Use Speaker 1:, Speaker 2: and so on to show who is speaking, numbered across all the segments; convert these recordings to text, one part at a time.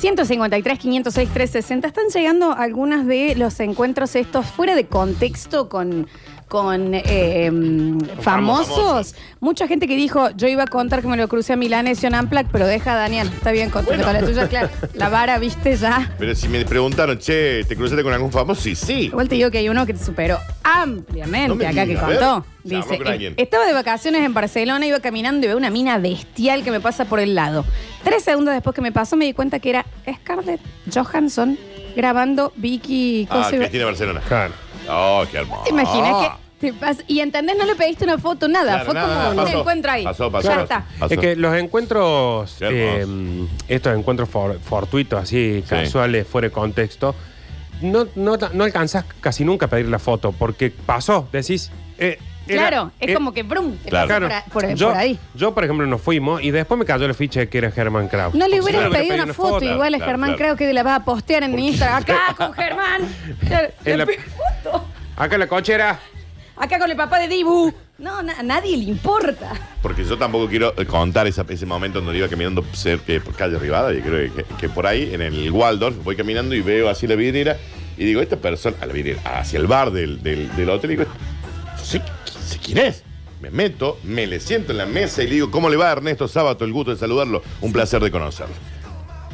Speaker 1: 153, 506, 360. Están llegando algunas de los encuentros estos fuera de contexto con, con eh, em, famosos.
Speaker 2: famosos.
Speaker 1: Mucha gente que dijo, yo iba a contar que me lo crucé a Milanes y un Amplac, pero deja a Daniel. Está bien, conté con la tuya, claro. La vara, viste, ya.
Speaker 2: Pero si me preguntaron, che, ¿te cruzaste con algún famoso? Sí, sí.
Speaker 1: Igual te digo que hay uno que te superó ampliamente
Speaker 2: No me
Speaker 1: acá
Speaker 2: digas,
Speaker 1: que
Speaker 2: a ver.
Speaker 1: contó.
Speaker 2: Se armó
Speaker 1: Dice,
Speaker 2: con alguien.
Speaker 1: "Eh, estaba de vacaciones en Barcelona, iba caminando y veo una mina bestial que me pasa por el lado. Tres segundos después que me pasó me di cuenta que era Scarlett Johansson grabando Vicky
Speaker 2: Ah,
Speaker 1: Cosa y-
Speaker 2: Cristina Barcelona.
Speaker 3: Claro.
Speaker 2: Oh, qué hermoso.
Speaker 1: ¿Te imaginas que te pas- Y entendés, no le pediste una foto, nada.
Speaker 2: Claro,
Speaker 1: Fue
Speaker 2: nada,
Speaker 1: como
Speaker 2: nada,
Speaker 1: un
Speaker 2: pasó,
Speaker 1: encuentro ahí.
Speaker 2: pasó, pasó,
Speaker 1: Ya
Speaker 2: pasó.
Speaker 1: está.
Speaker 2: Pasó.
Speaker 3: Es que los encuentros,
Speaker 2: Qué hermoso.
Speaker 3: eh, estos encuentros for- fortuitos, así, casuales, fuera de contexto, no, no, no alcanzás casi nunca a pedir la foto, porque pasó, decís. eh, era-
Speaker 1: Claro, es
Speaker 3: eh,
Speaker 1: como que brum, te
Speaker 2: Claro.
Speaker 1: pasó
Speaker 3: claro,
Speaker 1: por a- por,
Speaker 3: yo,
Speaker 1: por ahí.
Speaker 3: Yo, por ejemplo, nos fuimos y después me cayó el ficha que era Germán Kraus.
Speaker 1: No le
Speaker 3: Porque si
Speaker 1: hubieras
Speaker 3: hubiera
Speaker 1: pedido una foto, igual a
Speaker 2: Claro,
Speaker 1: Germán,
Speaker 2: claro.
Speaker 1: creo que la vas a postear en mi Instagram. Acá con Germán. Le-
Speaker 3: En
Speaker 1: le
Speaker 3: la-
Speaker 1: pedí foto.
Speaker 3: Acá en la cochera.
Speaker 1: Acá con el papá de Dibu. No, na- a nadie le importa.
Speaker 2: Porque yo tampoco quiero eh, contar esa- ese momento donde iba caminando cerca, por calle Rivada, y creo que, que por ahí, en el Waldorf, voy caminando y veo así la vidriera, y digo, esta persona, a la vidriera, hacia el bar del, del, del hotel, y digo, yo sé, qui- sé quién es. Me meto, me le siento en la mesa y le digo, ¿cómo le va Ernesto Sábato? El gusto de saludarlo, un placer de conocerlo.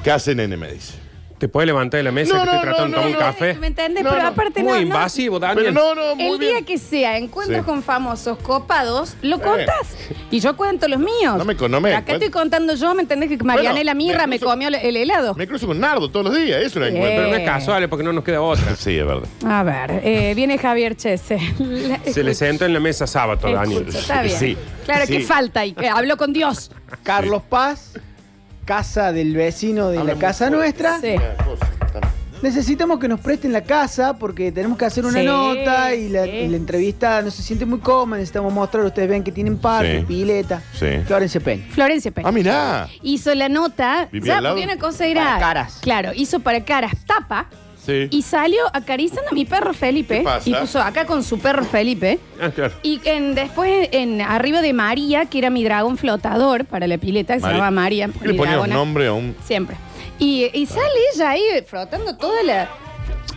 Speaker 2: ¿Qué hace nene? Me dice.
Speaker 3: Te puedes levantar de la mesa
Speaker 2: No,
Speaker 3: que
Speaker 2: no,
Speaker 3: estoy
Speaker 2: no,
Speaker 3: tratando de tomar
Speaker 2: no,
Speaker 3: un
Speaker 2: no,
Speaker 3: café.
Speaker 1: ¿Me entendés?
Speaker 2: No,
Speaker 1: Pero
Speaker 2: no.
Speaker 1: aparte
Speaker 3: Muy
Speaker 1: no, no.
Speaker 3: invasivo, Daniel.
Speaker 2: Pero no, no, muy
Speaker 1: El día
Speaker 2: bien.
Speaker 1: que sea encuentros
Speaker 2: Sí.
Speaker 1: con famosos copados, lo
Speaker 2: Sí.
Speaker 1: contás. Y yo cuento los míos.
Speaker 2: No me con- no me
Speaker 1: Acá
Speaker 2: cuento.
Speaker 1: estoy contando yo, ¿me entendés? Que Marianela
Speaker 2: me
Speaker 1: Mirra me
Speaker 2: cruzo-
Speaker 1: comió el- el helado.
Speaker 2: Me cruzo con Nardo todos los días, es un encuentro.
Speaker 3: Pero no es casual, porque no nos queda otra.
Speaker 2: Sí, es verdad.
Speaker 1: A ver, eh, viene Javier Chese. La-
Speaker 3: Se le sentó en la mesa sábado,
Speaker 1: Escucha,
Speaker 3: Daniel.
Speaker 1: Está bien.
Speaker 2: Sí,
Speaker 1: claro,
Speaker 2: sí.
Speaker 1: que falta y que habló con Dios.
Speaker 4: Carlos Paz, casa del vecino de
Speaker 2: Habla
Speaker 4: la
Speaker 2: muy
Speaker 4: casa
Speaker 2: fuerte.
Speaker 4: nuestra.
Speaker 1: Sí.
Speaker 4: Necesitamos que nos presten la casa porque tenemos que hacer una
Speaker 1: Sí,
Speaker 4: nota y la,
Speaker 1: sí.
Speaker 4: y la entrevista no se siente muy cómoda. Necesitamos mostrar, ustedes ven que tienen parque,
Speaker 2: Sí.
Speaker 4: pileta.
Speaker 2: Sí.
Speaker 4: Florencia Peña.
Speaker 1: Florencia Peña.
Speaker 2: Ah, mirá.
Speaker 1: hizo la nota.
Speaker 2: Vivía
Speaker 1: Ya,
Speaker 2: al lado.
Speaker 1: porque una cosa era.
Speaker 4: Para caras.
Speaker 1: Claro, hizo para caras tapa
Speaker 2: Sí.
Speaker 1: y salió acariciando a mi perro Felipe.
Speaker 2: ¿Qué pasa?
Speaker 1: Y puso acá con su perro Felipe.
Speaker 3: Ah, claro.
Speaker 1: Y en, después en arriba de María, que era mi dragón flotador para la pileta, que se
Speaker 2: Mari-
Speaker 1: llamaba María.
Speaker 2: ¿Por qué le
Speaker 1: mi
Speaker 2: ponías un
Speaker 1: dragona,
Speaker 2: nombre a un
Speaker 1: Siempre. Y, y sale ella ahí frotando toda la,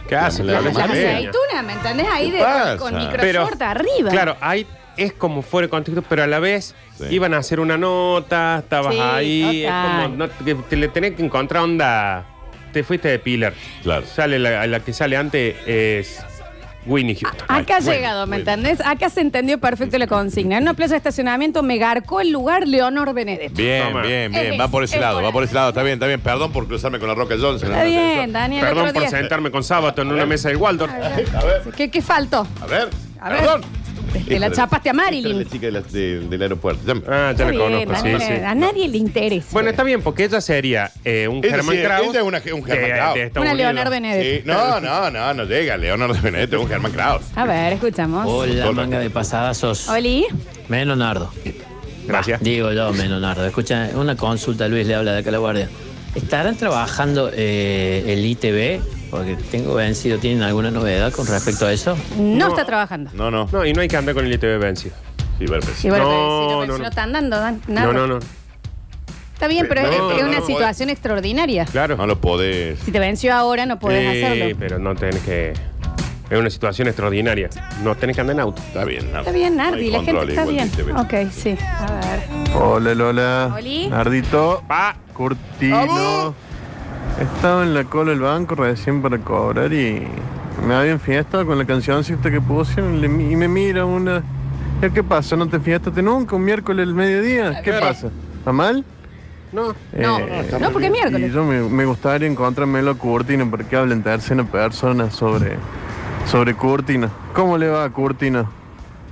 Speaker 3: ¿Qué hace?
Speaker 2: La-
Speaker 3: La,
Speaker 2: la-
Speaker 1: la
Speaker 3: mesa
Speaker 2: María.
Speaker 3: pequeña.
Speaker 1: aceituna, ¿me entendés? Ahí
Speaker 2: ¿Qué
Speaker 1: de,
Speaker 2: pasa?
Speaker 1: con
Speaker 3: Pero,
Speaker 1: microshort arriba.
Speaker 3: Claro, ahí es como fuera de contexto, pero a la vez
Speaker 2: Sí.
Speaker 3: iban a hacer una nota, estabas
Speaker 1: Sí,
Speaker 3: ahí, es
Speaker 1: total.
Speaker 3: como, no, te, te le tenés que encontrar onda. Te fuiste de Pilar.
Speaker 2: Claro.
Speaker 3: Sale la, la que sale antes es Winnie Houston.
Speaker 1: Acá ha
Speaker 2: Bueno,
Speaker 1: llegado, ¿me
Speaker 2: bueno.
Speaker 1: entendés? Acá se entendió perfecto la consigna. En una plaza de estacionamiento me garcó el lugar Leonor Benedetto.
Speaker 2: Bien,
Speaker 3: Toma.
Speaker 2: bien,
Speaker 1: Es-
Speaker 2: bien. Va por ese
Speaker 1: es
Speaker 2: lado,
Speaker 1: por
Speaker 2: va
Speaker 1: ahí.
Speaker 2: por ese lado. Está bien, está bien. Perdón por cruzarme con la Roca Johnson.
Speaker 1: Está bien, Daniel. el
Speaker 3: Perdón
Speaker 1: otro
Speaker 3: por
Speaker 1: día-
Speaker 3: sentarme con sábado en una mesa del Waldorf.
Speaker 2: A ver,
Speaker 1: ¿Qué, qué faltó?
Speaker 2: a ver.
Speaker 1: A ver.
Speaker 2: Perdón.
Speaker 1: Te la chapaste a Marilyn.
Speaker 2: Esta es La chica de la- de- del aeropuerto. Ya me-
Speaker 3: Ah, ya
Speaker 1: Está
Speaker 3: la
Speaker 1: bien,
Speaker 3: conozco, sí,
Speaker 1: Daniel,
Speaker 3: sí.
Speaker 1: A nadie le interesa.
Speaker 3: Bueno, está bien, porque ella sería eh, un
Speaker 2: Ella
Speaker 3: Germán
Speaker 2: sí,
Speaker 3: Kraus.
Speaker 2: ella es una- un
Speaker 3: de-
Speaker 2: Germán Kraus.
Speaker 3: de Estados
Speaker 1: Una
Speaker 3: Unidos.
Speaker 1: Leonor Benedetto.
Speaker 2: Sí, No, no, no, no llega. Leonardo de Benedetto es un Germán Kraus.
Speaker 1: A ver, escuchamos.
Speaker 5: Hola, manga de pasadazos.
Speaker 1: Oli.
Speaker 5: Menonardo.
Speaker 3: Gracias.
Speaker 5: Ah, Digo yo, Menonardo. Escucha, una consulta, Luis le habla de acá a la guardia. ¿Estarán trabajando eh, el ITV? Porque tengo vencido, ¿tienen alguna novedad con respecto a eso?
Speaker 1: No,
Speaker 3: No.
Speaker 1: está trabajando.
Speaker 2: No, no.
Speaker 3: No, y no hay que andar con el ITV vencido.
Speaker 2: Sí, bueno, pues sí.
Speaker 1: Y bueno,
Speaker 3: No,
Speaker 1: te- si no,
Speaker 3: no,
Speaker 1: si no
Speaker 3: no.
Speaker 1: está andando, Dan- nada.
Speaker 3: No, no, no.
Speaker 1: Está bien, pero es-
Speaker 2: No,
Speaker 1: es,
Speaker 2: no,
Speaker 1: una
Speaker 2: no,
Speaker 1: situación extraordinaria.
Speaker 3: Claro.
Speaker 2: No lo podés.
Speaker 1: Si te venció ahora, no podés
Speaker 3: Sí,
Speaker 1: hacerlo.
Speaker 3: Eh, pero no tenés que. Es una situación extraordinaria. No tenés que andar en auto.
Speaker 2: Está bien, Nardi.
Speaker 1: Está bien,
Speaker 2: No hay
Speaker 1: Nardi, la gente
Speaker 2: control
Speaker 1: está
Speaker 2: igual,
Speaker 1: bien.
Speaker 2: ¿viste?
Speaker 1: Ok, sí. A ver.
Speaker 6: Hola Lola.
Speaker 1: Oli.
Speaker 6: Nardito.
Speaker 3: Pa.
Speaker 6: Curtino. Estaba en la cola del banco recién para cobrar y me había enfiestado con la cancioncita que pusieron le- y me mira una. "Ya, ¿Qué pasa? ¿No te fiestaste nunca? ¿Un miércoles al mediodía? ¿Qué
Speaker 1: Claro.
Speaker 6: pasa? ¿Está mal? Eh,
Speaker 3: No.
Speaker 1: No, no, porque es
Speaker 6: Y
Speaker 1: miércoles.
Speaker 6: yo me, me gustaría encontrármelo a Curtino porque habla en tercera persona sobre, sobre Curtino. ¿Cómo le va a Curtino?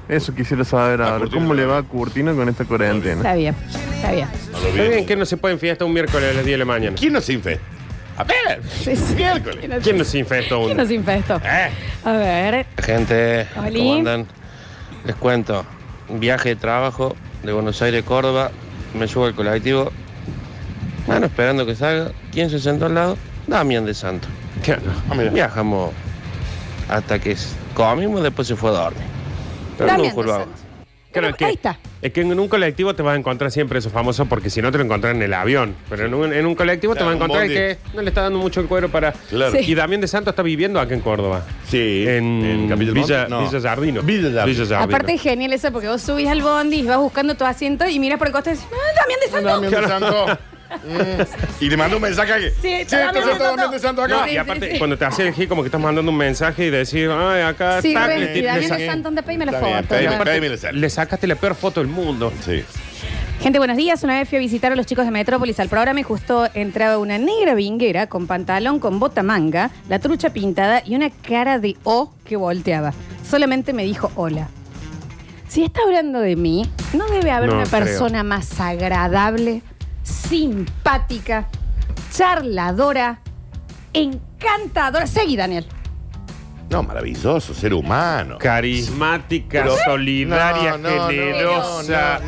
Speaker 6: Eso quisiera saber
Speaker 2: A
Speaker 6: ahora.
Speaker 2: Curtino
Speaker 6: ¿Cómo
Speaker 2: le
Speaker 6: le
Speaker 2: va.
Speaker 6: va a Curtino con esta cuarentena?
Speaker 1: Está bien, está bien.
Speaker 2: No lo
Speaker 3: Está
Speaker 2: vi.
Speaker 3: bien que no se puede enfiestar un miércoles a las 10 de la mañana.
Speaker 2: ¿Quién nos infestó? A ver.
Speaker 1: Sí, sí.
Speaker 2: Miércoles.
Speaker 3: ¿Quién nos infestó
Speaker 1: ¿Quién
Speaker 3: uno?
Speaker 1: nos infestó?
Speaker 3: ¿Eh?
Speaker 1: A ver.
Speaker 7: Gente,
Speaker 1: Oli.
Speaker 7: ¿cómo andan? Les cuento, un viaje de trabajo de Buenos Aires a Córdoba, me subo al colectivo, bueno, esperando que salga, ¿quién se sentó al lado? Damián de Santo.
Speaker 3: Claro.
Speaker 2: Ah, mira.
Speaker 7: Viajamos hasta que s- comimos, después se fue a dormir. Pero
Speaker 1: Damián
Speaker 7: lujo
Speaker 1: de
Speaker 7: lo hago.
Speaker 1: Santos.
Speaker 3: Claro
Speaker 1: Bueno,
Speaker 3: que,
Speaker 1: ahí está.
Speaker 3: Es que en un colectivo te vas a encontrar siempre esos famosos porque si no te lo encontrás en el avión. Pero en un, en un colectivo
Speaker 2: Claro,
Speaker 3: te
Speaker 2: un
Speaker 3: vas a encontrar el que
Speaker 2: bondi.
Speaker 3: no le está dando mucho el cuero para.
Speaker 2: Claro.
Speaker 1: Sí.
Speaker 3: Y Damián de Santos está viviendo acá en Córdoba.
Speaker 2: Sí.
Speaker 3: En,
Speaker 2: Capilla del
Speaker 3: Villa,
Speaker 2: Monte, no.
Speaker 3: Villa Jardino.
Speaker 2: Villa Jardino.
Speaker 3: Jardino.
Speaker 1: Aparte es genial eso porque vos subís al bondi y vas buscando tu asiento y miras por el costado y dices, ¡Ah, Damián de Santo!
Speaker 2: Damián de Santo. Mm. Y le mandó un mensaje que.
Speaker 1: Sí,
Speaker 2: "Che,
Speaker 1: está Damián
Speaker 2: entonces
Speaker 1: de
Speaker 2: está
Speaker 1: Santo".
Speaker 2: Damián de Santo
Speaker 3: No,
Speaker 2: acá.
Speaker 1: Sí,
Speaker 3: y aparte,
Speaker 1: sí, sí.
Speaker 3: cuando te hace el hit, como que estás mandando un mensaje y decís, ay, acá
Speaker 1: Sí,
Speaker 3: tac,
Speaker 1: re,
Speaker 3: le
Speaker 1: y
Speaker 3: tiras-
Speaker 1: Damián
Speaker 3: le
Speaker 1: de
Speaker 3: sa-
Speaker 1: Santo, anda, pedime la
Speaker 2: Está bien,
Speaker 1: foto.
Speaker 2: pedime,
Speaker 1: Aparte-
Speaker 2: pedime la selfie.
Speaker 3: Le sacaste la peor foto del mundo.
Speaker 2: Sí.
Speaker 1: Gente, buenos días. Una vez fui a visitar a los chicos de Metrópolis al programa y justo entraba una negra vinguera con pantalón con bota manga, la trucha pintada y una cara de O que volteaba. Solamente me dijo hola. Si está hablando de mí, no debe haber
Speaker 3: No,
Speaker 1: una
Speaker 3: creo.
Speaker 1: persona más agradable, simpática, charladora, encantadora. Seguí, Daniel.
Speaker 2: No, maravilloso, ser humano.
Speaker 3: Carismática,
Speaker 2: Pero- No,
Speaker 3: solidaria,
Speaker 2: no, no,
Speaker 3: generosa.
Speaker 2: No, no,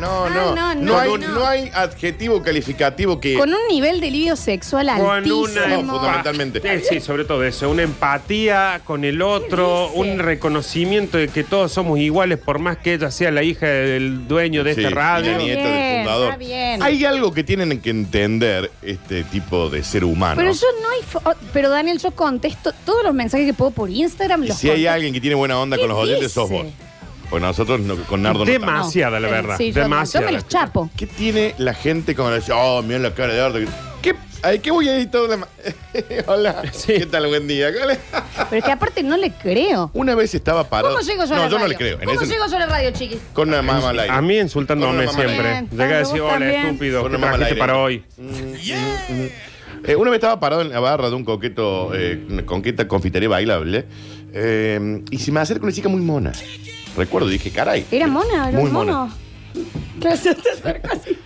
Speaker 2: no.
Speaker 1: Ah, no,
Speaker 2: No,
Speaker 1: no,
Speaker 2: hay,
Speaker 1: no.
Speaker 2: no hay adjetivo calificativo que.
Speaker 1: Con un nivel de libido sexual
Speaker 3: Eh, Con
Speaker 1: altísimo.
Speaker 3: una
Speaker 2: No, fundamentalmente.
Speaker 3: Sí, sí, sobre todo eso. Una empatía con el otro,
Speaker 1: ¿Qué dice?
Speaker 3: un reconocimiento de que todos somos iguales, por más que ella sea la hija del dueño de
Speaker 2: Sí,
Speaker 3: este radio.
Speaker 2: la
Speaker 1: Está
Speaker 2: nieta del
Speaker 1: bien,
Speaker 2: fundador.
Speaker 1: está bien.
Speaker 2: Hay algo que tienen que entender este tipo de ser humano.
Speaker 1: Pero yo no hay. fo- oh, Pero Daniel, yo contesto todos los mensajes que puedo por Instagram.
Speaker 2: Y
Speaker 1: Los
Speaker 2: si hay
Speaker 1: contesto.
Speaker 2: alguien que tiene buena onda con los
Speaker 1: ¿Qué
Speaker 2: oyentes, sos
Speaker 1: dice?
Speaker 2: vos. Pues nosotros no- con Nardo no estamos.
Speaker 3: Demasiada, la
Speaker 1: No,
Speaker 3: verdad.
Speaker 1: sí, yo-
Speaker 3: Demasiada.
Speaker 1: Yo, me los chapo.
Speaker 2: ¿Qué tiene la gente cuando le dice, oh, mira la cara de Nardo? ¿Qué, ay, ¿qué voy a editar? una ma- Hola,
Speaker 3: Sí.
Speaker 2: ¿qué tal? Buen día. ¿Cuál es?
Speaker 1: Pero es que aparte no le creo.
Speaker 2: Una vez estaba parado.
Speaker 1: ¿Cómo llego yo a
Speaker 2: no,
Speaker 1: la radio?
Speaker 2: yo no le creo. En
Speaker 1: ¿Cómo
Speaker 2: ese-
Speaker 1: llego yo a la radio, chiquis?
Speaker 2: Con una mamá al aire.
Speaker 3: A mí insultándome
Speaker 2: Con una mamá
Speaker 3: siempre.
Speaker 1: al aire.
Speaker 3: Llega a
Speaker 1: Ah,
Speaker 3: decir,
Speaker 1: vos
Speaker 3: hola,
Speaker 1: también".
Speaker 3: estúpido,
Speaker 2: Con
Speaker 3: ¿qué
Speaker 2: una mamá al
Speaker 3: trajiste
Speaker 2: aire.
Speaker 3: para hoy?
Speaker 2: Eh, una vez estaba parado en la barra de un coqueto, eh, una conqueta confitería bailable. eh, y se me acerca una chica muy mona. Recuerdo, dije, caray. eh,
Speaker 1: Era mona, era
Speaker 2: Muy
Speaker 1: un mono. Claro, se te acerca así.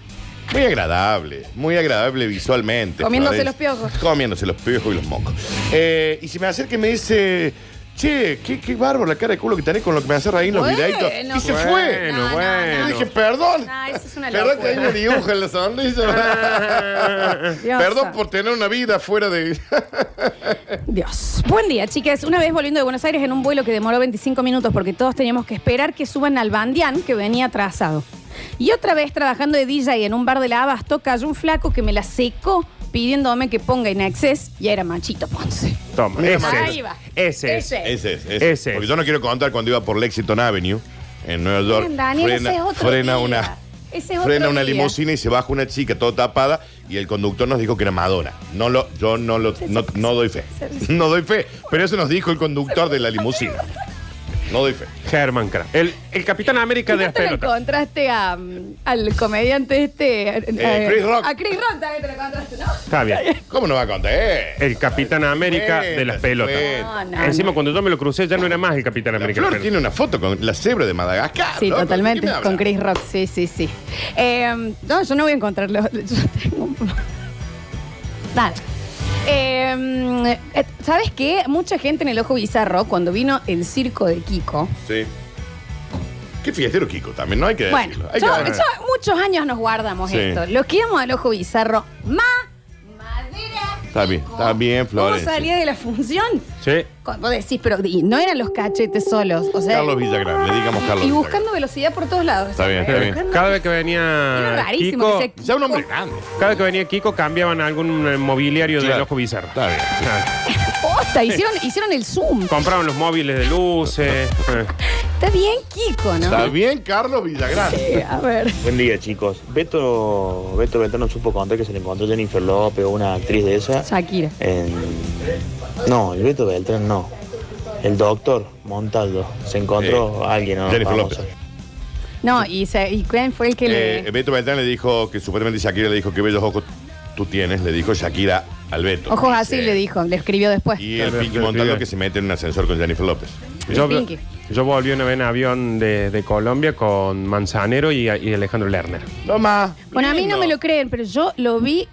Speaker 2: Muy agradable, muy agradable visualmente.
Speaker 1: Comiéndose
Speaker 2: Flores.
Speaker 1: los piojos.
Speaker 2: Comiéndose los piojos y los mocos. Eh, y se me acerca y me dice, che, qué, qué bárbaro la cara de culo que tenés con lo que me hace reír en los
Speaker 1: Bueno,
Speaker 2: videitos. Y se
Speaker 1: bueno.
Speaker 2: fue.
Speaker 1: No, no,
Speaker 3: bueno.
Speaker 2: Y
Speaker 1: no.
Speaker 2: dije, perdón.
Speaker 1: No, eso es una
Speaker 2: Perdón que hay
Speaker 1: locura.
Speaker 2: un dibujo en la sonrisa.
Speaker 1: Dios.
Speaker 2: Perdón por tener una vida fuera de.
Speaker 1: Dios. Buen día, chicas. Una vez volviendo de Buenos Aires en un vuelo que demoró 25 minutos porque todos teníamos que esperar que suban al bandián que venía atrasado. Y otra vez trabajando de DJ en un bar de la Abasto cayó un flaco que me la secó pidiéndome que ponga in access y era Machito Ponce.
Speaker 3: Toma,
Speaker 2: Mira,
Speaker 3: ese
Speaker 2: Ahí
Speaker 3: es.
Speaker 1: va.
Speaker 3: Ese es.
Speaker 1: Ese.
Speaker 2: Ese es,
Speaker 3: Ese es.
Speaker 2: Porque yo no quiero contar cuando iba por Lexington Avenue en Nueva York.
Speaker 1: Bien, Daniel,
Speaker 2: frena,
Speaker 1: ese es otro
Speaker 2: frena
Speaker 1: día.
Speaker 2: una.
Speaker 1: Ese es otro
Speaker 2: frena una
Speaker 1: día.
Speaker 2: limusina y se baja una chica toda tapada y el conductor nos dijo que era Madonna. No lo, yo no lo, no, no doy fe. No doy fe. Pero eso nos dijo el conductor de la limusina. No doy fe.
Speaker 3: Herman Kraft. El, el Capitán América de las
Speaker 1: ¿Cómo te lo
Speaker 3: pelotas.
Speaker 1: encontraste a, mm, al comediante este? eh,
Speaker 2: Chris Rock.
Speaker 1: A Chris Rock también te lo encontraste, ¿no?
Speaker 3: Está bien.
Speaker 2: ¿Cómo nos va a contar? Eh,
Speaker 3: El Capitán América de las pelotas.
Speaker 2: Bueno.
Speaker 1: No, no,
Speaker 3: Encima,
Speaker 1: no.
Speaker 3: cuando yo me lo crucé, ya no era más el Capitán
Speaker 2: La
Speaker 3: América. de
Speaker 2: Flor
Speaker 3: las
Speaker 2: tiene una foto con la cebra de Madagascar.
Speaker 1: Sí,
Speaker 2: ¿no? Ah, ¿De
Speaker 1: totalmente.
Speaker 2: qué me
Speaker 1: Con
Speaker 2: habla?
Speaker 1: Chris Rock, sí, sí, sí. Eh, no, yo no voy a encontrarlo. Yo tengo un problema. Nada. Eh, eh, ¿Sabes qué? Mucha gente en el ojo bizarro, cuando vino el circo de Kiko.
Speaker 2: Sí. Qué fiestero Kiko también, no hay que
Speaker 1: Bueno,
Speaker 2: decirlo. Hay
Speaker 1: yo-
Speaker 2: que
Speaker 1: yo- muchos años nos guardamos
Speaker 2: Sí.
Speaker 1: esto. Los que íbamos al ojo bizarro, más madera.
Speaker 2: Está bien,
Speaker 1: Kiko.
Speaker 2: está bien,
Speaker 1: ¿Cómo
Speaker 2: Florencia.
Speaker 1: salía de la función?
Speaker 3: pelotas. Sí.
Speaker 1: Con- Vos decís, pero y no eran los cachetes solos. O sea,
Speaker 2: Carlos Villagrán, le digamos Carlos
Speaker 1: y
Speaker 2: Villagrán.
Speaker 1: buscando velocidad por todos lados.
Speaker 2: Está bien, está
Speaker 3: Pero
Speaker 2: bien.
Speaker 1: Buscando-
Speaker 3: Cada vez que
Speaker 1: Era
Speaker 3: venía
Speaker 1: rarísimo
Speaker 3: Kiko,
Speaker 1: que
Speaker 2: Ya un hombre grande.
Speaker 3: cada vez que venía Kiko cambiaban algún eh, mobiliario del
Speaker 2: Claro.
Speaker 3: ojo bizarro.
Speaker 2: Está bien.
Speaker 3: Ah,
Speaker 1: Posta, hicieron, hicieron el zoom.
Speaker 3: Compraban los móviles de luces. eh.
Speaker 1: Está bien, Kiko, ¿no?
Speaker 2: Está bien, Carlos Villagrán.
Speaker 1: Eh, A ver.
Speaker 8: Buen día, chicos. Beto, Beto Ventano supo contar que se le encontró Jennifer López, una actriz de esa.
Speaker 1: Shakira.
Speaker 8: en- No, el Beto Beltrán no. El doctor Montaldo. Se encontró alguien. ¿no?
Speaker 2: Jennifer
Speaker 8: Famoso.
Speaker 2: López.
Speaker 1: No, y, se, y quién fue el que
Speaker 2: Eh,
Speaker 1: le.
Speaker 2: Beto Beltrán le dijo que supuestamente Shakira le dijo que bellos ojos tú tienes, le dijo Shakira al Beto.
Speaker 1: Ojos así
Speaker 2: Sí.
Speaker 1: ah, le dijo, le escribió después.
Speaker 2: Y el
Speaker 3: Claro,
Speaker 2: Pinky
Speaker 3: claro,
Speaker 2: Montaldo
Speaker 3: claro.
Speaker 2: que se mete en un ascensor con Jennifer López.
Speaker 3: Yo,
Speaker 1: Pinky.
Speaker 3: yo volví una vez en avión de, de Colombia con Manzanero y, y Alejandro Lerner.
Speaker 2: Toma.
Speaker 1: Bueno, a mí no
Speaker 2: lindo.
Speaker 1: me lo creen, pero yo lo vi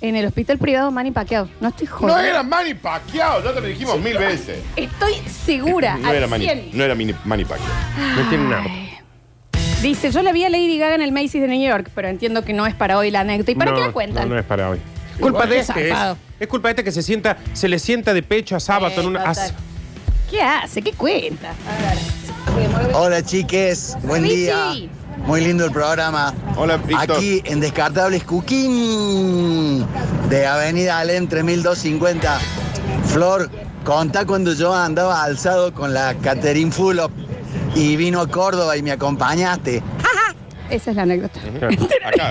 Speaker 1: en el hospital privado Manny Pacquiao. No estoy
Speaker 2: No
Speaker 1: jodiendo.
Speaker 2: era Manny Pacquiao, ya te lo dijimos mil veces.
Speaker 1: Estoy segura.
Speaker 2: No
Speaker 1: al
Speaker 2: era Manny,
Speaker 1: 100.
Speaker 2: no era Mini- Manny Pacquiao.
Speaker 3: No tiene nada.
Speaker 1: Dice, yo la vi a Lady Gaga en el Macy's de New York, pero entiendo que no es para hoy la anécdota. ¿Y para
Speaker 3: No,
Speaker 1: qué la cuentan?
Speaker 3: No, no es para hoy. Culpa de
Speaker 1: Qué
Speaker 3: este. Es,
Speaker 1: zarpado.
Speaker 3: es culpa de este que se sienta, se le sienta de pecho a sábado en
Speaker 1: Eh,
Speaker 3: una.
Speaker 1: total.
Speaker 3: as-
Speaker 1: ¿Qué hace? ¿Qué cuenta? A ver.
Speaker 9: Hola chiques, buen
Speaker 1: Richie.
Speaker 9: día. Muy lindo el programa.
Speaker 2: Hola, Víctor.
Speaker 9: Aquí en Descartables Cooking Mm, de Avenida Alem 3250. Flor, contá cuando yo andaba alzado con la Catherine Fulop y vino a Córdoba y me acompañaste.
Speaker 1: Esa es la anécdota.
Speaker 2: Acá,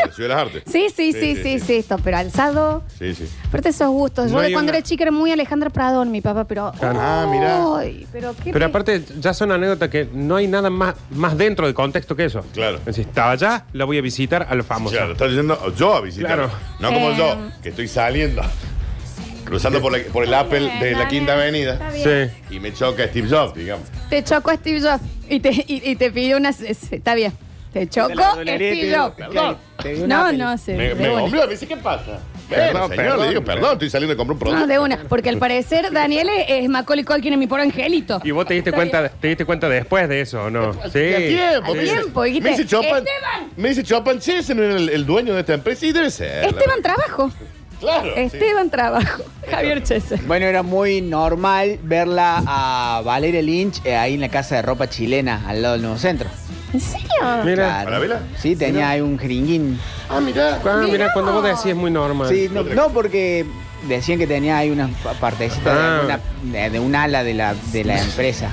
Speaker 2: en Ciudad de las Artes.
Speaker 1: Sí, sí, sí, sí, sí,
Speaker 2: sí.
Speaker 1: esto, pero alzado.
Speaker 2: Sí, sí.
Speaker 1: Aparte esos gustos.
Speaker 3: No
Speaker 1: Yo de
Speaker 3: hay
Speaker 1: cuando
Speaker 3: una-
Speaker 1: era chica era muy Alejandra Pradón, mi papá, pero.
Speaker 3: Claro.
Speaker 2: Ah, mirá.
Speaker 1: Ay, pero qué.
Speaker 3: Pero aparte, ya son anécdotas que no hay nada más, más dentro del contexto que eso.
Speaker 2: Claro.
Speaker 3: Es decir, estaba allá, la voy a visitar a los famosos.
Speaker 2: Claro, estás diciendo yo a visitar.
Speaker 3: Claro.
Speaker 2: No como
Speaker 1: Eh.
Speaker 2: yo, que estoy saliendo, cruzando por, la- por el Apple de la Quinta Avenida
Speaker 3: Sí.
Speaker 2: y me choca Steve Jobs, digamos.
Speaker 1: Te chocó Steve Jobs y te, y, y te pidió unas. es- Está bien. Te chocó Steve Jobs.
Speaker 2: Perdón.
Speaker 1: No, no sé.
Speaker 2: Me, me
Speaker 1: de una.
Speaker 2: golpeó, me dice, ¿qué pasa? Bueno,
Speaker 3: Perdón,
Speaker 2: señor,
Speaker 3: perdón.
Speaker 2: le digo, perdón, estoy saliendo a comprar un
Speaker 1: No,
Speaker 2: producto.
Speaker 1: de una. Porque al parecer Daniel es- es Macaulay Culkin en mi pobre angelito.
Speaker 3: Y vos te diste
Speaker 1: Está
Speaker 3: cuenta, te diste cuenta después de eso, ¿o ¿no? Sí.
Speaker 2: Y a tiempo,
Speaker 1: A
Speaker 2: me dice-
Speaker 1: tiempo, dijiste,
Speaker 2: me dice Chopin.
Speaker 1: Esteban.
Speaker 2: Me dice Chopin, sí, ese no era el, el dueño de esta empresa y debe ser.
Speaker 1: Esteban Trabajo.
Speaker 2: Claro. sí.
Speaker 1: Esteban Trabajo. Javier Chese.
Speaker 10: Bueno, era muy normal verla a Valeria Lynch eh, ahí en la casa de ropa chilena, al lado del nuevo centro.
Speaker 1: ¿En serio?
Speaker 3: Mira,
Speaker 2: ¿Para verla?
Speaker 10: Sí, tenía ahí un jeringuín.
Speaker 2: Ah, mirá.
Speaker 3: cuando, mira, cuando vos decís es muy
Speaker 2: Ah,
Speaker 3: normal.
Speaker 10: Sí, no, no, porque decían que tenía ahí una pa- partecita
Speaker 3: Ah.
Speaker 10: de, alguna- de- de un ala de la, de la empresa.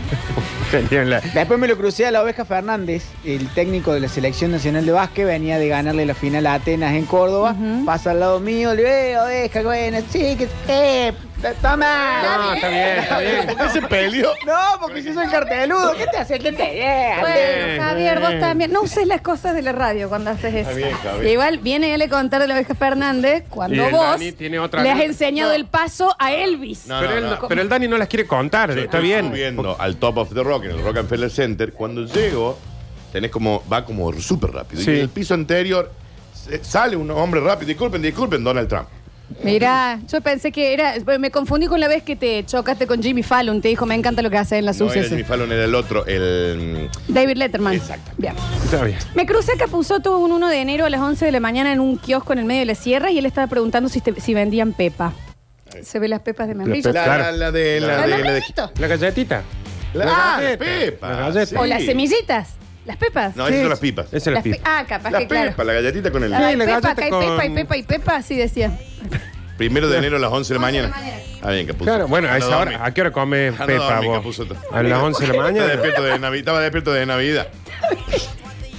Speaker 3: Tienen la-
Speaker 10: Después me lo crucé a la Oveja Fernández, el técnico de la Selección Nacional de Básquet, venía de ganarle la final a Atenas en Córdoba. Pasa al lado mío, le veo, Oveja, bueno, sí, que... eh, t-
Speaker 3: No,
Speaker 10: ¡Toma!
Speaker 3: está bien, está bien.
Speaker 2: ¿Por qué se peleó?
Speaker 10: No, porque yo soy el carteludo. ¿Qué te hace? eh, ¿Qué te
Speaker 1: Bueno,
Speaker 3: Bien,
Speaker 1: Javier, vos
Speaker 3: bien.
Speaker 1: también. No uses las cosas de la radio cuando haces eso.
Speaker 2: bien, Javier.
Speaker 1: Igual viene él a contar de la oveja Fernández
Speaker 3: Y
Speaker 1: cuando
Speaker 3: el
Speaker 1: vos
Speaker 3: Dani tiene otra
Speaker 1: le has
Speaker 3: cosa.
Speaker 1: enseñado
Speaker 3: No.
Speaker 1: el paso a Elvis.
Speaker 2: No,
Speaker 3: pero,
Speaker 2: no,
Speaker 3: él
Speaker 2: no.
Speaker 3: no- pero el Dani no las quiere contar,
Speaker 2: Yo
Speaker 3: está
Speaker 2: estoy
Speaker 3: bien.
Speaker 2: Subiendo al top of the rock en el Rockefeller Center. Cuando llego, tenés como, va como súper rápido.
Speaker 3: Sí.
Speaker 2: Y en el piso anterior se- sale un hombre rápido. Disculpen, disculpen, Donald Trump.
Speaker 1: Mirá, yo pensé que era. Me confundí con la vez que te chocaste con Jimmy Fallon. Te dijo, me encanta lo que haces en la
Speaker 2: No
Speaker 1: sucia.
Speaker 2: era Jimmy Fallon, era el otro, el...
Speaker 1: David Letterman.
Speaker 2: Exacto.
Speaker 1: Bien.
Speaker 3: Está bien.
Speaker 1: Me crucé a Capuzoto un 1 de enero a las 11 de la mañana en un kiosco en el medio de la sierra y él estaba preguntando si, te- si vendían pepa. Se ven las pepas de membrillo.
Speaker 2: La,
Speaker 3: Claro.
Speaker 2: la, la de... La,
Speaker 1: Ah,
Speaker 2: de, la de-
Speaker 1: membrillitos.
Speaker 3: La galletita.
Speaker 2: la- ah,
Speaker 3: galleta.
Speaker 2: Pepa.
Speaker 3: La galleta.
Speaker 1: O
Speaker 2: sí.
Speaker 1: las semillitas. Las pepas.
Speaker 2: No, esas
Speaker 3: Sí.
Speaker 2: son las pipas.
Speaker 3: Esa es la
Speaker 1: Las pe-
Speaker 3: pipa.
Speaker 1: ah, capaz
Speaker 2: Las
Speaker 1: que claro.
Speaker 2: pepas, la galletita con el...
Speaker 1: La de
Speaker 3: Sí, la
Speaker 1: Pepa,
Speaker 3: galleta
Speaker 1: acá hay
Speaker 3: con-
Speaker 1: Pepa y Pepa y Pepa, así decía.
Speaker 2: Primero de enero a las 11 de la mañana. Ah, bien, Capuzoto.
Speaker 3: Claro, bueno, a
Speaker 2: Anda
Speaker 3: esa
Speaker 2: a dormir.
Speaker 3: hora, ¿a qué hora come
Speaker 2: Anda a
Speaker 3: Pepa
Speaker 2: dormir,
Speaker 3: vos?
Speaker 2: Capuzoto.
Speaker 3: A las 11 de la
Speaker 2: Estaba
Speaker 3: mañana.
Speaker 2: despierto de Navidad. Estaba despierto de Navidad.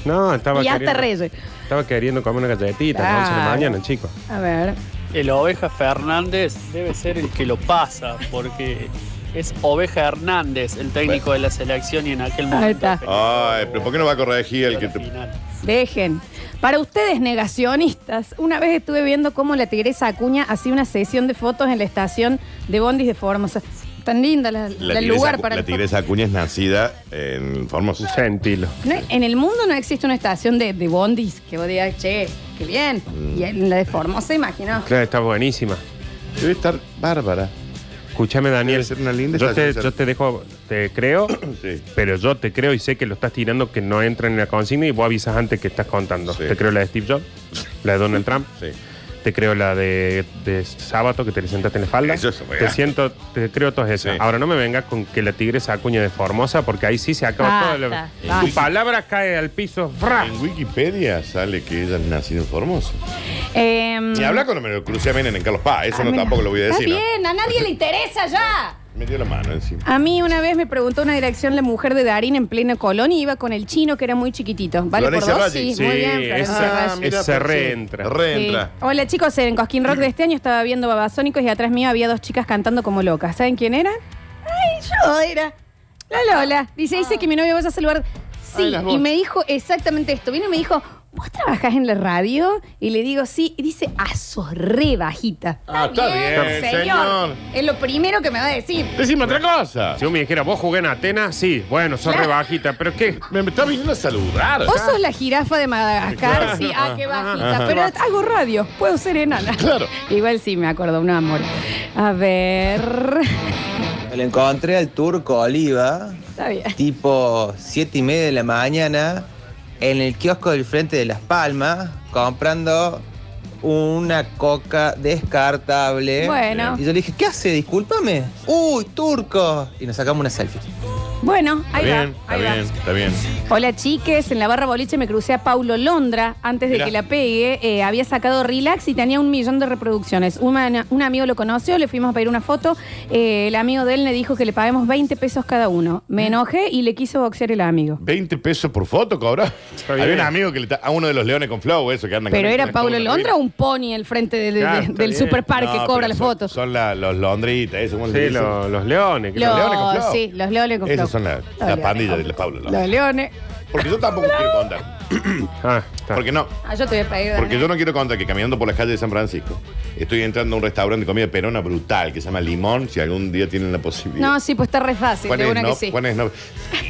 Speaker 3: No, estaba
Speaker 1: Y hasta
Speaker 3: queriendo.
Speaker 1: Reyes.
Speaker 3: Estaba queriendo comer una galletita a las 11 de la
Speaker 1: Claro.
Speaker 3: mañana, chicos.
Speaker 1: A ver.
Speaker 11: El Oveja Fernández debe ser el que lo pasa, porque es Oveja Hernández, el técnico de la selección y en aquel momento.
Speaker 1: está.
Speaker 2: Ay, pero ¿por qué no va a corregir el que te...
Speaker 1: Dejen. Para ustedes negacionistas, una vez estuve viendo cómo la tigresa Acuña hacía una sesión de fotos en la estación de Bondis de Formosa. Tan linda la,
Speaker 2: La
Speaker 1: la
Speaker 2: tigresa,
Speaker 1: lugar para
Speaker 2: la
Speaker 1: las
Speaker 2: tigresa Acuña es nacida en Formosa.
Speaker 3: Gentilo.
Speaker 1: fotos. No, En el mundo no existe una estación de, de Bondis que vos digas, che, qué bien.
Speaker 2: Mm.
Speaker 1: Y en la de Formosa, imagino.
Speaker 3: Claro, está buenísima.
Speaker 2: Debe estar bárbara.
Speaker 3: Escúchame, Daniel.
Speaker 2: Debe ser una linda
Speaker 3: yo, te,
Speaker 2: estación.
Speaker 3: yo te dejo, te creo,
Speaker 2: Sí.
Speaker 3: pero yo te creo y sé que lo estás tirando que no entra en la consigna y vos avisas antes que estás contando.
Speaker 2: Sí.
Speaker 3: Te creo la de Steve Jobs, la de Donald Trump.
Speaker 2: Sí.
Speaker 3: Te creo la de, de sábado que te le sentaste en la falda.
Speaker 2: Eso es real.
Speaker 3: te siento, te creo todas esas.
Speaker 2: Sí.
Speaker 3: Ahora no me vengas con que la tigresa acuña de Formosa, porque ahí sí se acaba
Speaker 1: Basta,
Speaker 3: todo. la-
Speaker 1: basta.
Speaker 3: Tu palabra cae al piso. ¡fra!
Speaker 2: En Wikipedia sale que ella es nacida en Formosa.
Speaker 1: Em,
Speaker 2: Ni habla cuando me lo crucé a Menem en Carlos Paz. Eso
Speaker 1: ah,
Speaker 2: no
Speaker 1: mira.
Speaker 2: tampoco lo voy a decir.
Speaker 1: Está
Speaker 2: ¿no?
Speaker 1: bien, a nadie le interesa ya.
Speaker 2: Me dio la mano encima.
Speaker 1: A mí una vez me preguntó una dirección la mujer de Darín en plena colonia y iba con el chino que era muy chiquitito. ¿Vale
Speaker 2: Florencia
Speaker 1: por dos?
Speaker 2: Raggi.
Speaker 1: Sí, muy
Speaker 3: Sí,
Speaker 1: bien, Florencia
Speaker 3: esa-
Speaker 1: Raggi.
Speaker 3: mira,
Speaker 2: pero
Speaker 3: reentra.
Speaker 2: sí,
Speaker 1: Sí.
Speaker 2: Reentra.
Speaker 1: Hola chicos, en Cosquín Rock de este año estaba viendo Babasónicos y atrás mío había dos chicas cantando como locas. ¿Saben quién era? Ay, yo era. La Lola. Dice, dice que mi novio vaya a saludar. Sí,
Speaker 2: Ay, las
Speaker 1: y
Speaker 2: voces.
Speaker 1: me dijo exactamente esto. Vino y me dijo, ¿vos trabajás en la radio? Y le digo, sí. Y dice, ah, sos re bajita.
Speaker 2: Ah, está bien, señor.
Speaker 1: Es lo primero que me va a decir.
Speaker 2: Decime otra cosa.
Speaker 3: Si vos me dijera, vos jugué en Atenas, sí, bueno, sos
Speaker 1: Claro.
Speaker 3: rebajita, pero ¿qué?
Speaker 2: Me, me está viniendo a saludar.
Speaker 1: Vos sos la jirafa de Madagascar,
Speaker 2: Claro.
Speaker 1: sí, ah, qué bajita. Pero hago radio, puedo ser enana.
Speaker 2: Claro.
Speaker 1: Igual sí, me acuerdo, un amor. A ver.
Speaker 9: Me lo encontré al turco Oliva,
Speaker 1: Está bien.
Speaker 9: tipo 7 y media de la mañana, en el kiosco del frente de Las Palmas, comprando una coca descartable.
Speaker 1: Bueno.
Speaker 9: Y yo le dije, ¿qué hace? Discúlpame. Uy, turco. Y nos sacamos una selfie.
Speaker 1: Bueno, ahí
Speaker 2: está
Speaker 1: va.
Speaker 2: bien,
Speaker 1: ahí va.
Speaker 2: está bien, está bien.
Speaker 1: Hola chiques, en la barra boliche me crucé a Paulo Londra antes de
Speaker 2: Mirá.
Speaker 1: que la pegue. eh, había sacado Relax y tenía un millón de reproducciones. Una- un amigo lo conoció, le fuimos a pedir una foto. eh, el amigo de él me dijo que le paguemos 20 pesos cada uno. Me enojé y le quiso boxear el amigo.
Speaker 2: 20 pesos por foto, cobra.
Speaker 3: bien.
Speaker 2: Había un amigo que le ta- a uno de los leones con flow, eso que andan
Speaker 1: Pero
Speaker 2: con-
Speaker 1: era
Speaker 2: con-
Speaker 1: Paulo
Speaker 2: con-
Speaker 1: Londra o un pony al frente de- de-
Speaker 2: Claro,
Speaker 1: de-
Speaker 2: está
Speaker 1: del
Speaker 2: bien.
Speaker 1: superpar que
Speaker 2: No,
Speaker 1: cobra
Speaker 2: pero
Speaker 1: las
Speaker 2: son-
Speaker 1: fotos.
Speaker 2: Son la- los londritas, eso, ¿cómo le
Speaker 3: Sí,
Speaker 2: dicen?
Speaker 3: lo- los leones. que-
Speaker 1: Los,
Speaker 2: leones con flow.
Speaker 1: sí, los leones con
Speaker 2: Esas
Speaker 1: flow.
Speaker 2: son la,
Speaker 1: Los
Speaker 2: la
Speaker 1: leones
Speaker 2: pandilla
Speaker 1: con
Speaker 2: de Paulo Londra.
Speaker 1: Los leones.
Speaker 2: Porque yo tampoco quiero
Speaker 3: Ah.
Speaker 2: contar. Porque no,
Speaker 1: Ah, yo te voy a pedir.
Speaker 2: porque
Speaker 1: Daniel.
Speaker 2: yo no quiero contar que caminando por las calles de San Francisco estoy entrando a un restaurante de comida perona brutal que se llama Limón, si algún día tienen la posibilidad.
Speaker 1: No, sí, pues está re fácil,
Speaker 2: Juan
Speaker 1: de
Speaker 2: es
Speaker 1: una
Speaker 2: no,
Speaker 1: que sí.
Speaker 2: Juan es no.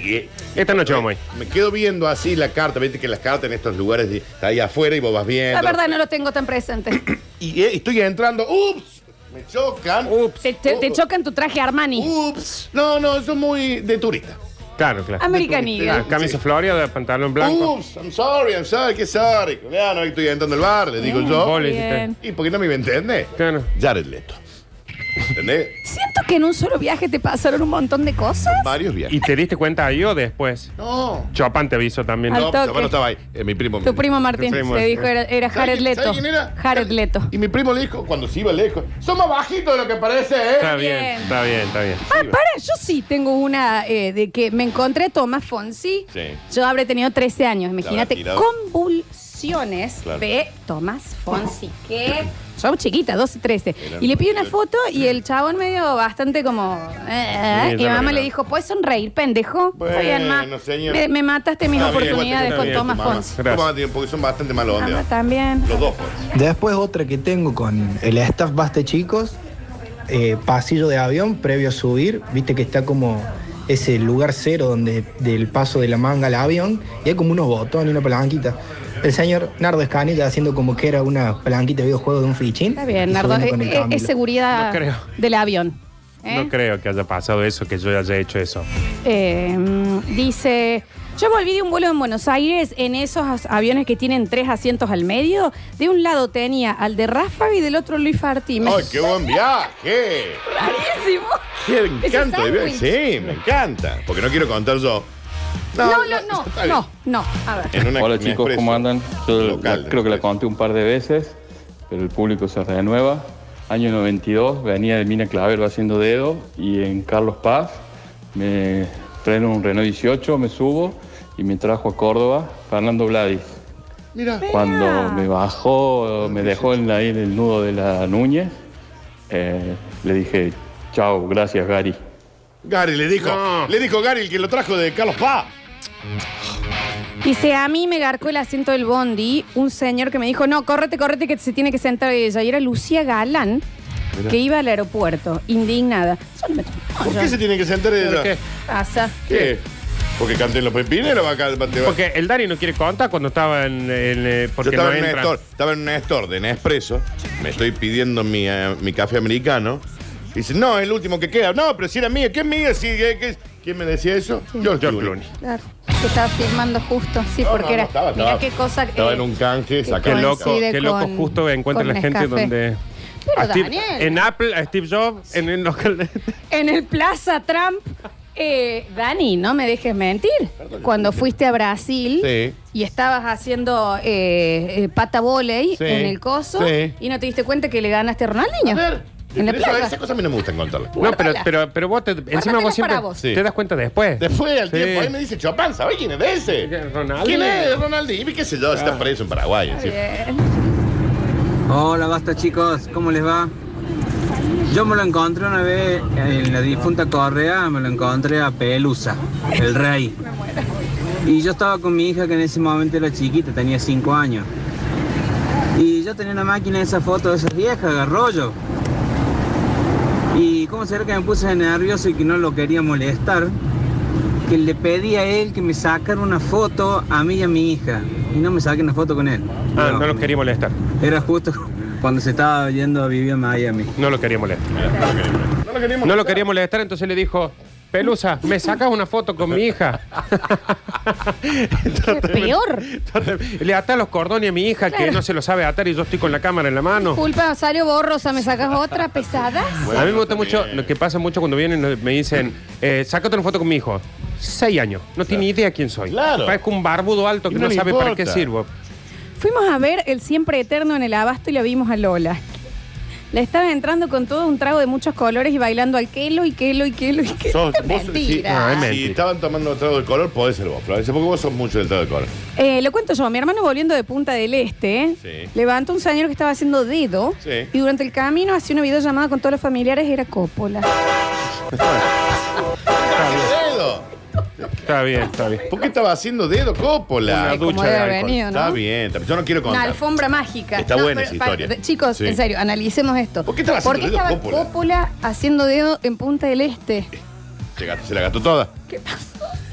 Speaker 2: Y-
Speaker 3: Esta noche vamos ahí.
Speaker 2: Me quedo viendo así la carta, viste que las cartas en estos lugares está ahí afuera y vos vas viendo.
Speaker 1: La verdad no lo tengo tan presente.
Speaker 2: Y eh, estoy entrando, ups, me chocan. Ups.
Speaker 1: Te, te- te chocan tu traje Armani.
Speaker 2: Uh, Ups. No, no, eso es muy de turista.
Speaker 3: Claro, claro.
Speaker 1: Americanidad.
Speaker 3: Ah, Camisa floreada, pantalón blanco.
Speaker 2: Ups, I'm sorry, I'm sorry, qué sorry. Claro, estoy entrando al bar, le digo
Speaker 1: Bien,
Speaker 2: yo.
Speaker 3: Vos le
Speaker 1: bien.
Speaker 2: ¿Y por qué no me entiendes?
Speaker 3: Claro.
Speaker 2: Jared Leto. ¿Entendés?
Speaker 1: Siento que en un solo viaje te pasaron un montón de cosas.
Speaker 2: Varios viajes.
Speaker 3: ¿Y te diste cuenta yo después?
Speaker 2: No.
Speaker 3: Chopin te avisó también.
Speaker 1: Al
Speaker 2: No,
Speaker 1: toque.
Speaker 2: mi papá no estaba ahí. Eh, mi primo.
Speaker 1: Tu primo Martín
Speaker 3: primo,
Speaker 1: te
Speaker 3: sí.
Speaker 1: dijo era, era
Speaker 2: ¿Sabe
Speaker 1: Jared
Speaker 2: quién-
Speaker 1: Leto.
Speaker 2: sabe quién era?
Speaker 1: Jared Leto.
Speaker 2: Y mi primo le dijo, cuando se iba lejos, son más bajitos de lo que parece, ¿eh?
Speaker 3: Está bien,
Speaker 1: bien.
Speaker 3: está bien, está bien.
Speaker 1: Ah, para, yo sí tengo una eh, de que me encontré a Tomás Fonsi.
Speaker 2: Sí.
Speaker 1: Yo habré tenido 13 años, imagínate,
Speaker 2: tirado.
Speaker 1: convulsiones
Speaker 2: Claro.
Speaker 1: de Tomás Fonsi, que yo chiquita, 12, 13.
Speaker 2: Eran
Speaker 1: Y le pido una
Speaker 2: mayores.
Speaker 1: foto y el chabón medio bastante como... eh,
Speaker 3: Sí,
Speaker 1: y
Speaker 3: ya
Speaker 1: mi mamá
Speaker 3: lo
Speaker 1: le
Speaker 3: vi.
Speaker 1: dijo, ¿puedes sonreír, pendejo?
Speaker 2: Bueno,
Speaker 1: Está bien, ma.
Speaker 2: señor.
Speaker 1: Me, me mataste mis
Speaker 2: Está bien,
Speaker 1: oportunidades
Speaker 2: está
Speaker 1: con Ah,
Speaker 2: bien,
Speaker 1: Tomás
Speaker 2: tu mamá.
Speaker 1: Fonsi.
Speaker 2: Tu mamá tiene- Porque son bastante malos
Speaker 1: Mamá
Speaker 2: ondeados.
Speaker 1: también.
Speaker 2: Los dos pues. Fonsi.
Speaker 8: Después otra que tengo con el staff Baste Chicos, eh, pasillo de avión previo a subir, viste que está como ese lugar cero donde del paso de la manga al avión y hay como unos botones y una palanquita. El señor Nardo Escanilla haciendo como que era una palanquita de videojuego de un fichín.
Speaker 1: Está bien,
Speaker 8: y
Speaker 1: Nardo.
Speaker 8: subiendo
Speaker 1: Es,
Speaker 8: con el
Speaker 1: es-
Speaker 8: Camilo.
Speaker 1: es seguridad
Speaker 3: No creo.
Speaker 1: del avión. ¿eh?
Speaker 3: No creo que haya pasado eso, que yo haya hecho eso.
Speaker 1: Eh, mm, dice, yo volví de un vuelo en Buenos Aires en esos as- aviones que tienen tres asientos al medio. De un lado tenía al de Rafa y del otro Luis Fartime.
Speaker 2: ¡Ay, qué buen viaje!
Speaker 1: ¡Rarísimo!
Speaker 2: ¡Qué
Speaker 1: Ese
Speaker 2: encanto de viaje!
Speaker 1: sándwich.
Speaker 2: Sí, me encanta. Porque no quiero contar yo.
Speaker 1: No, no, no,
Speaker 2: está bien.
Speaker 1: no, no. A ver.
Speaker 2: En una
Speaker 12: Hola
Speaker 2: me
Speaker 12: chicos,
Speaker 2: expreso.
Speaker 12: ¿cómo andan? Yo
Speaker 2: Local
Speaker 12: la-
Speaker 2: de
Speaker 12: creo que la
Speaker 2: Expreso.
Speaker 12: conté un par de veces, pero el público se renueva. Año 92, venía de Mina Clavero haciendo dedo y en Carlos Paz me traen un Renault 18, me subo y me trajo a Córdoba Fernando Vladis.
Speaker 2: Mira.
Speaker 1: Ah.
Speaker 12: Cuando me bajó, me dejó en la- ahí en el nudo de la Núñez, eh, le dije, chao, gracias Gary.
Speaker 2: Gary le dijo, le dijo Gary el que lo trajo de Carlos Paz.
Speaker 1: Dice, a mí me garcó el asiento del bondi un señor que me dijo, no, córrete, córrete, que se tiene que sentar ella. Y era Lucía Galán, que iba al aeropuerto, indignada. Yo no me tomo, no,
Speaker 2: ¿Por
Speaker 1: yo-
Speaker 2: qué se tiene que sentar ella?
Speaker 3: qué?
Speaker 1: pasa?
Speaker 2: ¿Qué? ¿Porque canten los pepineros? Va a ca- va- te va-
Speaker 3: Porque el Dari no quiere contar cuando estaba en. en, eh,
Speaker 2: Yo
Speaker 3: porque
Speaker 2: estaba,
Speaker 3: no
Speaker 2: en un
Speaker 3: entra.
Speaker 2: store, estaba en un store de Nespresso, me estoy pidiendo mi, eh, mi café americano. Y dice, no, es el último que queda. No, pero si era mío, ¿qué es mío? Si, eh, ¿qué es? ¿Quién me decía eso? George
Speaker 3: George
Speaker 2: Clooney.
Speaker 1: Claro, que estaba firmando justo, sí,
Speaker 2: No,
Speaker 1: porque
Speaker 2: no,
Speaker 1: era.
Speaker 2: no, estaba,
Speaker 1: mirá
Speaker 2: estaba.
Speaker 1: qué cosa.
Speaker 2: Estaba
Speaker 1: eh,
Speaker 2: en un canje,
Speaker 1: que
Speaker 2: sacaba
Speaker 3: Qué
Speaker 2: un
Speaker 3: loco,
Speaker 1: coincide
Speaker 3: qué loco
Speaker 1: con-
Speaker 3: justo encuentra
Speaker 1: con
Speaker 3: la gente
Speaker 1: Nescafé.
Speaker 3: donde.
Speaker 1: Pero
Speaker 3: a Steve-
Speaker 1: Daniel.
Speaker 3: en Apple, a Steve Jobs, en el local de.
Speaker 1: En el Plaza Trump. eh, Dani, no me dejes mentir. Cuando fuiste a Brasil
Speaker 2: Sí.
Speaker 1: y estabas haciendo eh, eh, pata volei
Speaker 2: Sí.
Speaker 1: en el coso
Speaker 2: Sí.
Speaker 1: y no te diste cuenta que le ganaste a
Speaker 2: A
Speaker 1: Ronaldinho.
Speaker 2: ver,
Speaker 1: en la
Speaker 2: pero eso-
Speaker 1: plaza.
Speaker 2: esas cosas a mí no me gustan contarlas.
Speaker 3: No, pero,
Speaker 1: Guárdala.
Speaker 3: pero, pero vos te, encima
Speaker 1: Guárdatela
Speaker 3: vos siempre
Speaker 1: para vos.
Speaker 2: Sí.
Speaker 3: te das cuenta después.
Speaker 2: Después al
Speaker 3: Sí.
Speaker 2: tiempo, ahí me dice Chopin, ¿sabés quién es de ese?
Speaker 3: Ronaldinho.
Speaker 2: ¿Quién es Ronaldinho? Y qué sé yo, está
Speaker 3: Ah.
Speaker 2: preso en Paraguay. encima.
Speaker 1: Bien.
Speaker 13: Hola, basta chicos, ¿cómo les va? Yo me lo encontré una vez en la difunta Correa, me lo encontré a Pelusa, el rey. Y yo estaba con mi hija que en ese momento era chiquita, tenía 5 años. Y yo tenía una máquina de esas fotos de esas viejas, de rollo. Y cómo será que me puse nervioso y que no lo quería molestar, que le pedí a él que me sacara una foto a mí y a mi hija. Y no me saqué una foto con él.
Speaker 3: Ah, no
Speaker 13: No.
Speaker 3: lo quería molestar.
Speaker 13: Era justo cuando se estaba yendo a vivir a Miami.
Speaker 3: No lo quería molestar.
Speaker 2: No lo queríamos.
Speaker 3: No lo quería molestar, entonces le dijo: Pelusa, me sacas una foto con mi hija.
Speaker 1: peor.
Speaker 3: Le atas los cordones a mi hija que
Speaker 1: Claro.
Speaker 3: no se lo sabe atar y yo estoy con la cámara en la mano.
Speaker 1: Disculpa, salió borrosa, me sacas otra pesada.
Speaker 3: a mí me gusta mucho, lo que pasa mucho cuando vienen, eh, me dicen, eh, sácate una foto con mi hijo. Seis años, no tiene ni idea quién soy.
Speaker 2: Claro.
Speaker 3: Parezco un barbudo alto
Speaker 2: Y
Speaker 3: que
Speaker 2: no
Speaker 3: no,
Speaker 2: le
Speaker 3: sabe para
Speaker 2: importa.
Speaker 3: qué sirvo.
Speaker 1: Fuimos a ver el siempre eterno en el abasto y la vimos a Lola. La estaba entrando con todo un trago de muchos colores y bailando al kelo y kelo y kelo y kelo.
Speaker 2: Sos- vos- si,
Speaker 1: Mentira.
Speaker 2: si estaban tomando trago de color, podés ser vos, Florencia, porque vos sos mucho del trago de color.
Speaker 1: Eh, lo cuento yo, mi hermano volviendo de Punta del Este,
Speaker 2: Sí.
Speaker 1: levantó un señor que estaba haciendo dedo
Speaker 2: Sí.
Speaker 1: y durante el camino hacía una videollamada con todos los familiares, era Coppola.
Speaker 2: dedo!
Speaker 3: Está bien, está bien.
Speaker 2: ¿Por qué estaba haciendo dedo, Coppola?
Speaker 1: Una ducha Como de debe haber alcohol. venido, ¿no?
Speaker 2: Está bien, está bien. yo no quiero
Speaker 1: Una
Speaker 2: contar.
Speaker 1: alfombra mágica.
Speaker 2: Está buena esa
Speaker 1: para-
Speaker 2: historia.
Speaker 1: chicos,
Speaker 2: Sí.
Speaker 1: en serio, analicemos esto. ¿Por
Speaker 2: qué estaba haciendo dedo
Speaker 1: estaba
Speaker 2: Coppola?
Speaker 1: Coppola haciendo dedo en Punta del Este?
Speaker 2: Se, gastó- se la gastó toda.
Speaker 1: ¿Qué pasa?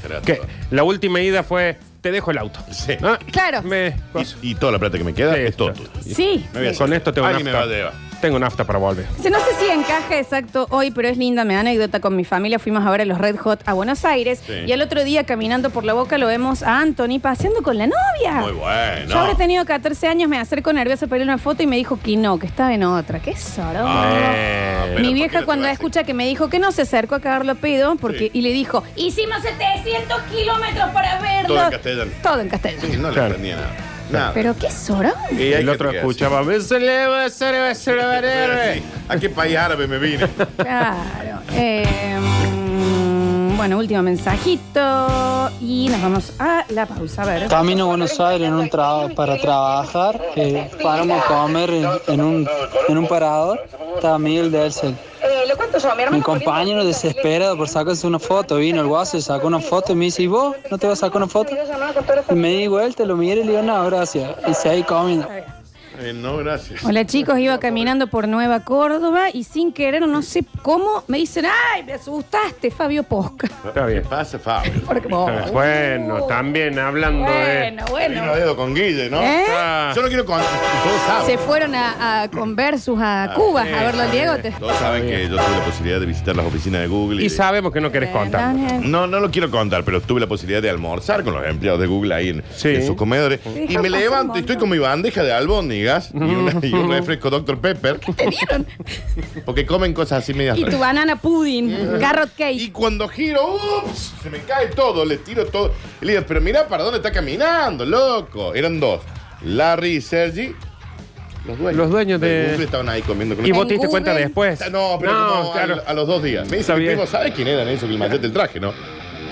Speaker 2: Se la gastó
Speaker 3: Que la última ida fue, te dejo el auto. Ah,
Speaker 1: Claro.
Speaker 3: me-
Speaker 2: Y, y toda la plata que me queda es todo tuyo.
Speaker 1: Sí.
Speaker 2: Me voy a-
Speaker 3: con esto tengo
Speaker 2: Alguien me va a
Speaker 1: Ah.
Speaker 3: nafta. Tengo nafta para volver.
Speaker 1: Dice, no sé si encaja exacto hoy, pero es linda, me da anécdota con mi familia. Fuimos a ver a los Red Hot a Buenos Aires
Speaker 2: Sí.
Speaker 1: y al otro día caminando por la boca lo vemos a Anthony paseando con la novia.
Speaker 2: Muy
Speaker 1: Yo habré
Speaker 2: bueno.
Speaker 1: tenido 14 años, me acerco nerviosa para ir a una foto y me dijo que no, que estaba en otra. ¡Qué sorón!
Speaker 2: Ah, pero
Speaker 1: Mi
Speaker 2: ¿por qué
Speaker 1: vieja
Speaker 2: no te
Speaker 1: cuando
Speaker 2: vas?
Speaker 1: escucha que me dijo que no se acercó a cagarlo pedo porque,
Speaker 2: Sí.
Speaker 1: y le dijo, hicimos 700 kilómetros para verlo.
Speaker 2: Todo en castellano.
Speaker 1: Todo en castellano.
Speaker 2: Sí, no le
Speaker 3: Claro.
Speaker 2: entendía nada. Nada.
Speaker 1: Pero qué sorón.
Speaker 2: Y hay
Speaker 3: el
Speaker 2: gente
Speaker 3: otro
Speaker 2: que
Speaker 3: escuchaba, "Me celebra, celebra, celebra".
Speaker 2: Sí. ¿A qué país árabe me vine?
Speaker 1: Claro. Eh, mm, bueno, último mensajito y nos vamos a la pausa. A ver.
Speaker 14: Camino a Buenos Aires en un tra- para trabajar, eh, paramos a comer en, en un, en un parador, estaba Miguel Delcel.
Speaker 1: lo Eh, cuento yo, mi
Speaker 14: Mi compañero desesperado por sacarse una foto, vino el guaso y sacó una foto y me dice, ¿y vos no te vas a sacar una foto? Y me di vuelta, lo miré y le digo, no, gracias. Y se ahí comiendo.
Speaker 2: Eh, no, gracias.
Speaker 1: Hola chicos, iba caminando por Nueva Córdoba y sin querer, no sé cómo, me dicen, ¡ay, me asustaste, Fabio Posca!
Speaker 3: Está bien.
Speaker 2: ¿Qué pasa, Fabio?
Speaker 1: Porque vos-
Speaker 3: Bueno, también hablando
Speaker 1: Bueno,
Speaker 2: Vino
Speaker 3: de.
Speaker 2: a
Speaker 1: bueno.
Speaker 2: dedo con Guille, ¿no?
Speaker 1: ¿Eh?
Speaker 3: Ah.
Speaker 2: Yo no quiero contar. Todos saben.
Speaker 1: Se fueron a, a Conversus,
Speaker 3: Ah,
Speaker 1: a Cuba, a verlo al Diegote.
Speaker 2: Todos saben que yo tuve la posibilidad de visitar las oficinas de Google.
Speaker 3: Y
Speaker 2: de-
Speaker 3: sabemos que no querés contar.
Speaker 1: Daniel.
Speaker 2: No, no lo quiero contar, pero tuve la posibilidad de almorzar con los empleados de Google ahí en,
Speaker 3: Sí.
Speaker 2: en sus comedores. Y
Speaker 1: Deja
Speaker 2: me
Speaker 1: pasar
Speaker 2: levanto
Speaker 1: un
Speaker 2: y estoy con mi bandeja de albóndigas y, una- y un refresco Dr. Pepper.
Speaker 1: ¿Te dieron?
Speaker 2: Porque comen cosas así medias
Speaker 1: Y tu
Speaker 2: raras.
Speaker 1: banana pudding, carrot cake.
Speaker 2: Y cuando giro, ups, se me cae todo, le tiro todo. Y le digo, pero mirá para dónde está caminando, loco. Eran dos, Larry y Sergi. Los dueños,
Speaker 3: Los dueños de-
Speaker 2: Google estaban ahí comiendo con
Speaker 3: Y vos te
Speaker 1: En
Speaker 3: diste cuenta
Speaker 1: Google.
Speaker 3: después.
Speaker 2: No, pero
Speaker 3: No,
Speaker 2: como a-
Speaker 3: claro.
Speaker 2: a, los dos días. Me dice
Speaker 3: Está
Speaker 2: mi
Speaker 3: bien.
Speaker 2: primo, ¿sabes quién eran esos que el machete el traje, no?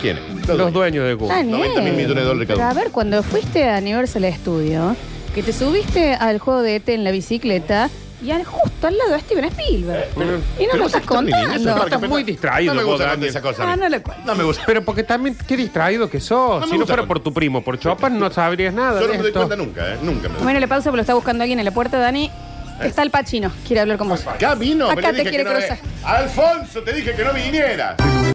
Speaker 2: ¿Quiénes?
Speaker 3: Los dueños de Google.
Speaker 2: 90 mil millones de dólares cada
Speaker 1: Pero a
Speaker 2: uno.
Speaker 1: ver, cuando fuiste a Universal Studio, que te subiste al juego de ET en la bicicleta y al- justo al lado de Steven Spielberg.
Speaker 3: Mm.
Speaker 1: y no
Speaker 2: Pero
Speaker 1: me
Speaker 2: vos
Speaker 1: estás
Speaker 2: estás niña,
Speaker 1: contando.
Speaker 2: esa marca,
Speaker 3: Estás muy
Speaker 2: pero-
Speaker 3: distraído,
Speaker 2: No me
Speaker 3: vos,
Speaker 2: gusta contar
Speaker 3: Daniel.
Speaker 2: esas cosas. a
Speaker 1: Ah,
Speaker 2: mí.
Speaker 1: no le cuento.
Speaker 2: No me gusta.
Speaker 3: Pero porque también qué distraído que sos.
Speaker 2: No me
Speaker 3: si no
Speaker 2: gusta
Speaker 3: fuera
Speaker 2: contar.
Speaker 3: por tu primo, por Chopin, no sabrías nada.
Speaker 2: Yo no
Speaker 3: de
Speaker 2: me doy
Speaker 3: esto.
Speaker 2: cuenta nunca, ¿eh? Nunca me doy
Speaker 1: Bueno, le pausa porque lo está buscando alguien en la puerta, Dani. Está el Pachino, quiere hablar con vos.
Speaker 2: Acá vino.
Speaker 1: Acá
Speaker 2: pero
Speaker 1: te
Speaker 2: dije que
Speaker 1: quiere
Speaker 2: no ve-
Speaker 1: cruzar.
Speaker 2: Alfonso, te dije que no viniera.